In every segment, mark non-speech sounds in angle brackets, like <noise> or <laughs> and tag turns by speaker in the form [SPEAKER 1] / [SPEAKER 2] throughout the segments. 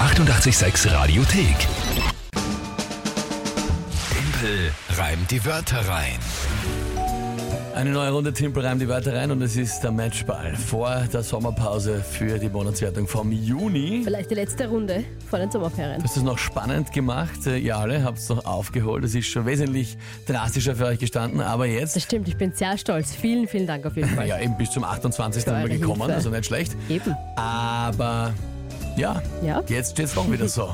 [SPEAKER 1] 886 Radiothek. Tempel reimt die Wörter rein.
[SPEAKER 2] Eine neue Runde Timpel reimt die Wörter rein und es ist der Matchball vor der Sommerpause für die Monatswertung vom Juni.
[SPEAKER 3] Vielleicht die letzte Runde vor den Sommerferien.
[SPEAKER 2] Das ist noch spannend gemacht. Äh, Ihr alle habt es noch aufgeholt. Es ist schon wesentlich drastischer für euch gestanden, aber
[SPEAKER 3] Das
[SPEAKER 2] jetzt.
[SPEAKER 3] stimmt, ich bin sehr stolz. Vielen, vielen Dank auf jeden Fall.
[SPEAKER 2] Ja, eben bis zum 28.
[SPEAKER 3] Für
[SPEAKER 2] haben wir
[SPEAKER 3] eure
[SPEAKER 2] gekommen,
[SPEAKER 3] Hilfe.
[SPEAKER 2] also nicht schlecht.
[SPEAKER 3] Eben.
[SPEAKER 2] Aber ja,
[SPEAKER 3] Ja.
[SPEAKER 2] jetzt steht es doch wieder so,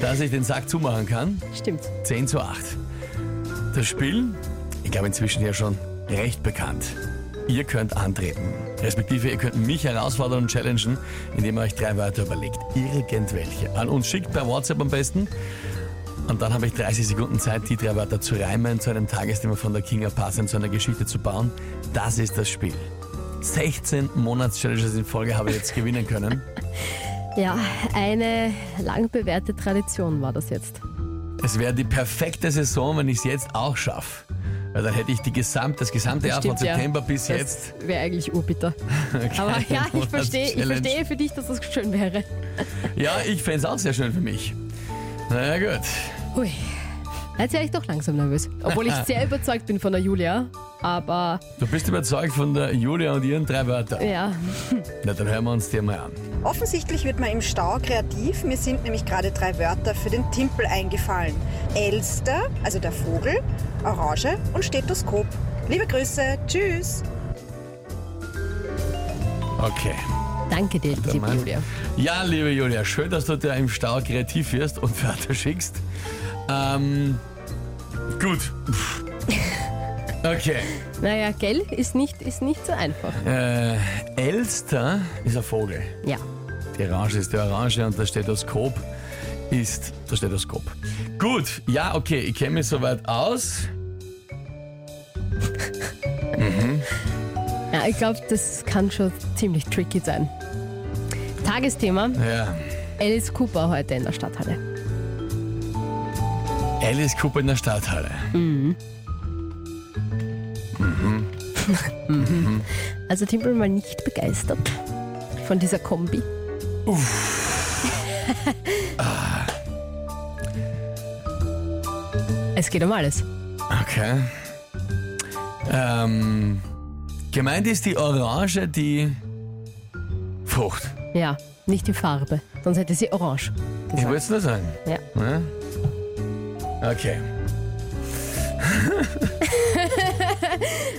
[SPEAKER 2] dass ich den Sack zumachen kann.
[SPEAKER 3] Stimmt.
[SPEAKER 2] 10 zu 8. Das Spiel, ich glaube inzwischen ja schon recht bekannt. Ihr könnt antreten. Respektive ihr könnt mich herausfordern und challengen, indem ihr euch drei Wörter überlegt. Irgendwelche. An uns schickt per WhatsApp am besten. Und dann habe ich 30 Sekunden Zeit, die drei Wörter zu reimen, zu einem Tagesthema von der Kinga passend, zu einer Geschichte zu bauen. Das ist das Spiel. 16 Monats-Challenges in Folge habe ich jetzt gewinnen können.
[SPEAKER 3] Ja, eine lang bewährte Tradition war das jetzt.
[SPEAKER 2] Es wäre die perfekte Saison, wenn ich es jetzt auch schaffe. Weil dann hätte ich die gesamt, das gesamte Jahr von
[SPEAKER 3] Stimmt, ja.
[SPEAKER 2] September bis
[SPEAKER 3] das
[SPEAKER 2] jetzt.
[SPEAKER 3] Wäre eigentlich
[SPEAKER 2] <laughs>
[SPEAKER 3] urbitter. Aber ja, ich verstehe, ich
[SPEAKER 2] Monatschallenge.
[SPEAKER 3] verstehe für dich, dass das schön wäre.
[SPEAKER 2] Ja, ich fände es auch sehr schön für mich. Na ja, gut.
[SPEAKER 3] Ui. Jetzt wäre ich doch langsam nervös.
[SPEAKER 2] <laughs>
[SPEAKER 3] Obwohl ich sehr überzeugt bin von der Julia. Aber
[SPEAKER 2] Du bist überzeugt von der Julia und ihren drei Wörtern.
[SPEAKER 3] ja,
[SPEAKER 2] Na, dann hören wir uns die mal an.
[SPEAKER 4] Offensichtlich wird man im Stau kreativ. Mir sind nämlich gerade drei Wörter für den Timpel eingefallen. Elster, also der Vogel, Orange und Stethoskop. Liebe Grüße, tschüss.
[SPEAKER 2] Okay.
[SPEAKER 3] danke dir, liebe
[SPEAKER 2] Mann.
[SPEAKER 3] Julia.
[SPEAKER 2] Ja, liebe Julia, schön, dass du da im Stau kreativ wirst und <laughs> Wörter schickst. Ähm,
[SPEAKER 3] <laughs>
[SPEAKER 2] gut. Okay.
[SPEAKER 3] Naja, gell, ist nicht, ist nicht so einfach.
[SPEAKER 2] Äh, Elster ist ein Vogel.
[SPEAKER 3] Ja,
[SPEAKER 2] Die Orange ist die Orange und das Stethoskop ist das Stethoskop. Gut, ja, okay, ich kenne mich soweit aus.
[SPEAKER 3] ja ich glaube, das kann schon ziemlich tricky sein. Tagesthema,
[SPEAKER 2] Ja.
[SPEAKER 3] Alice Cooper heute in der Stadthalle.
[SPEAKER 2] Alice Cooper in der Stadthalle.
[SPEAKER 3] Also Timpel war nicht begeistert von
[SPEAKER 2] <laughs>
[SPEAKER 3] dieser Kombi. es geht um alles.
[SPEAKER 2] Okay. Ähm, gemeint ist die Orange die Frucht.
[SPEAKER 3] Ja, nicht die Farbe, sonst hätte sie orange.
[SPEAKER 2] Ich wollte es nur sagen.
[SPEAKER 3] Ja.
[SPEAKER 2] Ne? Okay.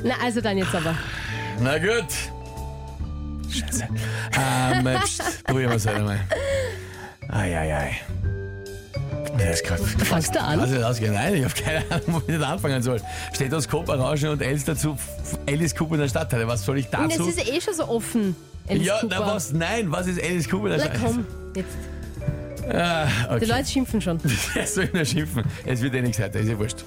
[SPEAKER 3] Na, also dann jetzt aber.
[SPEAKER 2] Na gut. Scheiße. Ähm, jetzt probieren wir es halt einmal. Eieiei. Das ist grad,
[SPEAKER 3] Fangst du an?
[SPEAKER 2] Lass es ausgehen. Nein, ich habe keine Ahnung, wo ich das anfangen soll. Stethoskop, Orange und Elster zu Alice Cooper in der Stadthalle. Was soll ich
[SPEAKER 3] Das
[SPEAKER 2] dazu?
[SPEAKER 3] ist eh schon so offen. Alice
[SPEAKER 2] ja,
[SPEAKER 3] Cooper.
[SPEAKER 2] na was? Nein, was ist Alice Cooper in der
[SPEAKER 3] Na
[SPEAKER 2] Stadthalle?
[SPEAKER 3] komm, jetzt.
[SPEAKER 2] Ah,
[SPEAKER 3] Die
[SPEAKER 2] okay.
[SPEAKER 3] Leute schimpfen schon.
[SPEAKER 2] <laughs> Wer soll nur schimpfen? Es wird eh nichts heute, ist ja wurscht.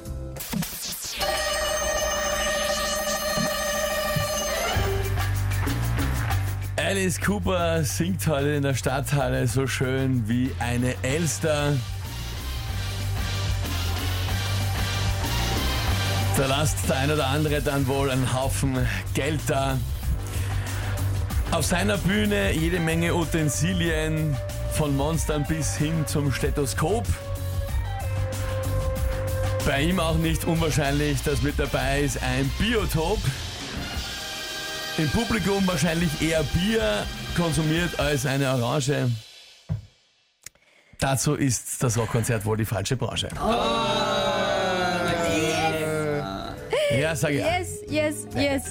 [SPEAKER 2] Alice Cooper singt heute in der Stadthalle so schön wie eine Elster. Da lasst der ein oder andere dann wohl einen Haufen Geld da. Auf seiner Bühne jede Menge Utensilien, von Monstern bis hin zum Stethoskop. Bei ihm auch nicht unwahrscheinlich, dass mit dabei ist ein Biotop. Im Publikum wahrscheinlich eher Bier konsumiert als eine Orange. Dazu ist das Rockkonzert wohl die falsche Branche. Ja, sag ja.
[SPEAKER 3] Yes, yes, yes.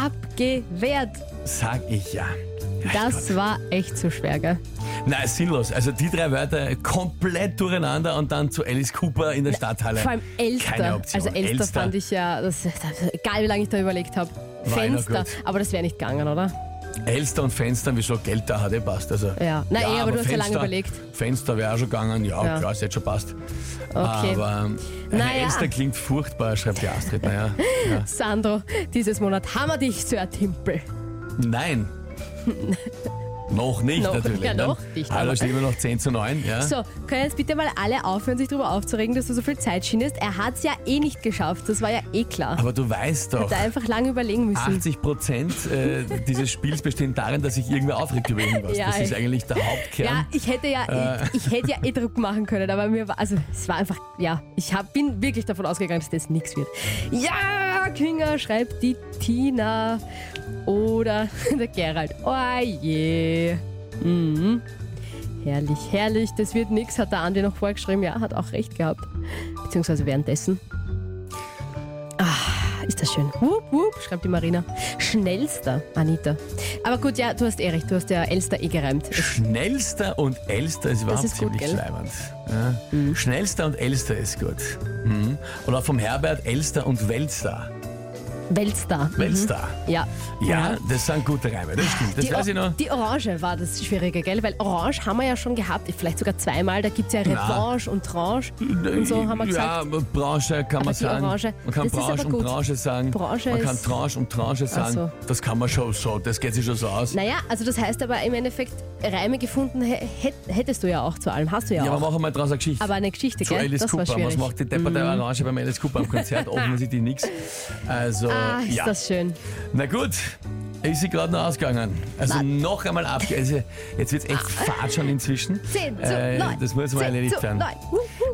[SPEAKER 3] Abgewehrt.
[SPEAKER 2] Sag ich ja.
[SPEAKER 3] Das war echt zu schwer, gell?
[SPEAKER 2] Nein, sinnlos. Also die drei Wörter komplett durcheinander und dann zu Alice Cooper in der Stadthalle.
[SPEAKER 3] Vor allem Elster.
[SPEAKER 2] Keine Option.
[SPEAKER 3] Also Elster, fand ich ja, das, das, egal wie lange ich da überlegt habe.
[SPEAKER 2] Nein, na
[SPEAKER 3] Fenster.
[SPEAKER 2] gut.
[SPEAKER 3] Aber das wäre nicht gegangen, oder?
[SPEAKER 2] Elster und Fenster, wieso Geld da hatte, passt. Also,
[SPEAKER 3] Ja. Na eh, aber du hast ja lange überlegt.
[SPEAKER 2] Fenster wäre auch schon gegangen, ja,
[SPEAKER 3] Ja.
[SPEAKER 2] klar, es hätte schon passt.
[SPEAKER 3] Okay.
[SPEAKER 2] Aber äh,
[SPEAKER 3] Naja.
[SPEAKER 2] Elster klingt furchtbar, schreibt die Astrid.
[SPEAKER 3] <laughs>
[SPEAKER 2] Naja. Ja.
[SPEAKER 3] Sandro, dieses Monat haben wir dich, Sir Timpel.
[SPEAKER 2] Nein. Noch nicht
[SPEAKER 3] Noch-
[SPEAKER 2] natürlich.
[SPEAKER 3] ja,
[SPEAKER 2] ne?
[SPEAKER 3] noch nicht,
[SPEAKER 2] Hallo,
[SPEAKER 3] aber-
[SPEAKER 2] stehen wir noch 10 zu 9. Ja?
[SPEAKER 3] So, können jetzt bitte mal alle aufhören, sich darüber aufzuregen, dass du so viel Zeit schienest? Er hat es ja eh nicht geschafft, das war ja eh klar.
[SPEAKER 2] Aber du weißt doch,
[SPEAKER 3] Hätte einfach lange überlegen müssen.
[SPEAKER 2] 80 Prozent äh, dieses Spiels bestehen darin, dass sich irgendwer aufregt über irgendwas.
[SPEAKER 3] <laughs> Ja,
[SPEAKER 2] das ist
[SPEAKER 3] ey.
[SPEAKER 2] eigentlich der Hauptkern.
[SPEAKER 3] Ja, ich hätte ja, ich, ich hätte ja eh Druck machen können, aber mir war, also es war einfach, ja, ich hab, bin wirklich davon ausgegangen, dass das nichts wird. Ja, Klinger schreibt die Tina oder <laughs> der Gerald. Oh je. Mhm. Herrlich, herrlich, das wird nichts, hat der Andi noch vorgeschrieben. Ja, hat auch recht gehabt. Beziehungsweise währenddessen. Ah, ist das schön. Wupp, wupp, schreibt die Marina. Schnellster, Anita. Aber gut, ja, du hast eh recht, du hast ja Elster eh gereimt. Es
[SPEAKER 2] Schnellster und Elster ist überhaupt
[SPEAKER 3] ist gut,
[SPEAKER 2] ziemlich
[SPEAKER 3] gell? Mhm.
[SPEAKER 2] schleimend. Ja. Schnellster und Elster ist gut. Mhm. Oder vom Herbert Elster und Welster.
[SPEAKER 3] Weltstar.
[SPEAKER 2] Welster.
[SPEAKER 3] Mhm. Ja.
[SPEAKER 2] Ja, das sind gute Reime, das stimmt. Das
[SPEAKER 3] Die,
[SPEAKER 2] weiß ich
[SPEAKER 3] O-
[SPEAKER 2] noch.
[SPEAKER 3] die Orange war das Schwierige, gell? Weil Orange haben wir ja schon gehabt, vielleicht sogar zweimal. Da gibt es ja Revanche und Tranche. Und so haben wir
[SPEAKER 2] ja,
[SPEAKER 3] gesagt.
[SPEAKER 2] Branche kann man
[SPEAKER 3] die
[SPEAKER 2] sagen.
[SPEAKER 3] Orange,
[SPEAKER 2] man kann
[SPEAKER 3] das ist aber
[SPEAKER 2] Branche und
[SPEAKER 3] gut.
[SPEAKER 2] Branche sagen.
[SPEAKER 3] Branche
[SPEAKER 2] man kann
[SPEAKER 3] ist-
[SPEAKER 2] Tranche und Tranche sagen.
[SPEAKER 3] so.
[SPEAKER 2] Das kann man schon so, das geht sich schon so aus.
[SPEAKER 3] Naja, also das heißt aber im Endeffekt, Reime gefunden hä- hätt- hättest du ja auch zu allem. Hast du ja,
[SPEAKER 2] ja, aber
[SPEAKER 3] auch.
[SPEAKER 2] machen wir daraus eine Geschichte.
[SPEAKER 3] Aber eine Geschichte,
[SPEAKER 2] zu
[SPEAKER 3] gell?
[SPEAKER 2] Alice
[SPEAKER 3] das
[SPEAKER 2] Cooper.
[SPEAKER 3] war
[SPEAKER 2] Was
[SPEAKER 3] schwierig. Mhm.
[SPEAKER 2] macht die Depper der Orange beim Alice Cooper am
[SPEAKER 3] <laughs>
[SPEAKER 2] Konzert? Offensichtlich nichts. Also,
[SPEAKER 3] Ah, ist
[SPEAKER 2] ja.
[SPEAKER 3] das schön.
[SPEAKER 2] Na gut, ist sie gerade noch ausgegangen. Also noch einmal ab. Also, jetzt wird es echt fad schon inzwischen.
[SPEAKER 3] 10 zu
[SPEAKER 2] Äh,
[SPEAKER 3] 9.
[SPEAKER 2] das muss mal erledigt sein.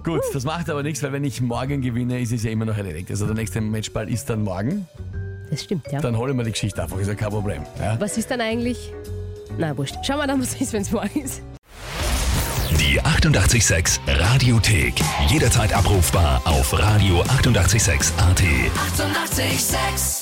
[SPEAKER 2] Gut,
[SPEAKER 3] Uh.
[SPEAKER 2] das macht aber nichts, weil wenn ich morgen gewinne, ist es ja immer noch erledigt. Also der nächste Matchball ist dann morgen.
[SPEAKER 3] Das stimmt, ja.
[SPEAKER 2] Dann hole ich mir die Geschichte einfach, ist ja kein Problem. Ja?
[SPEAKER 3] Was ist dann eigentlich? Na, wurscht. Schauen wir dann, was ist, wenn es morgen ist.
[SPEAKER 1] Die 886 Radiothek. Jederzeit abrufbar auf radio886.at. 886!
[SPEAKER 5] 886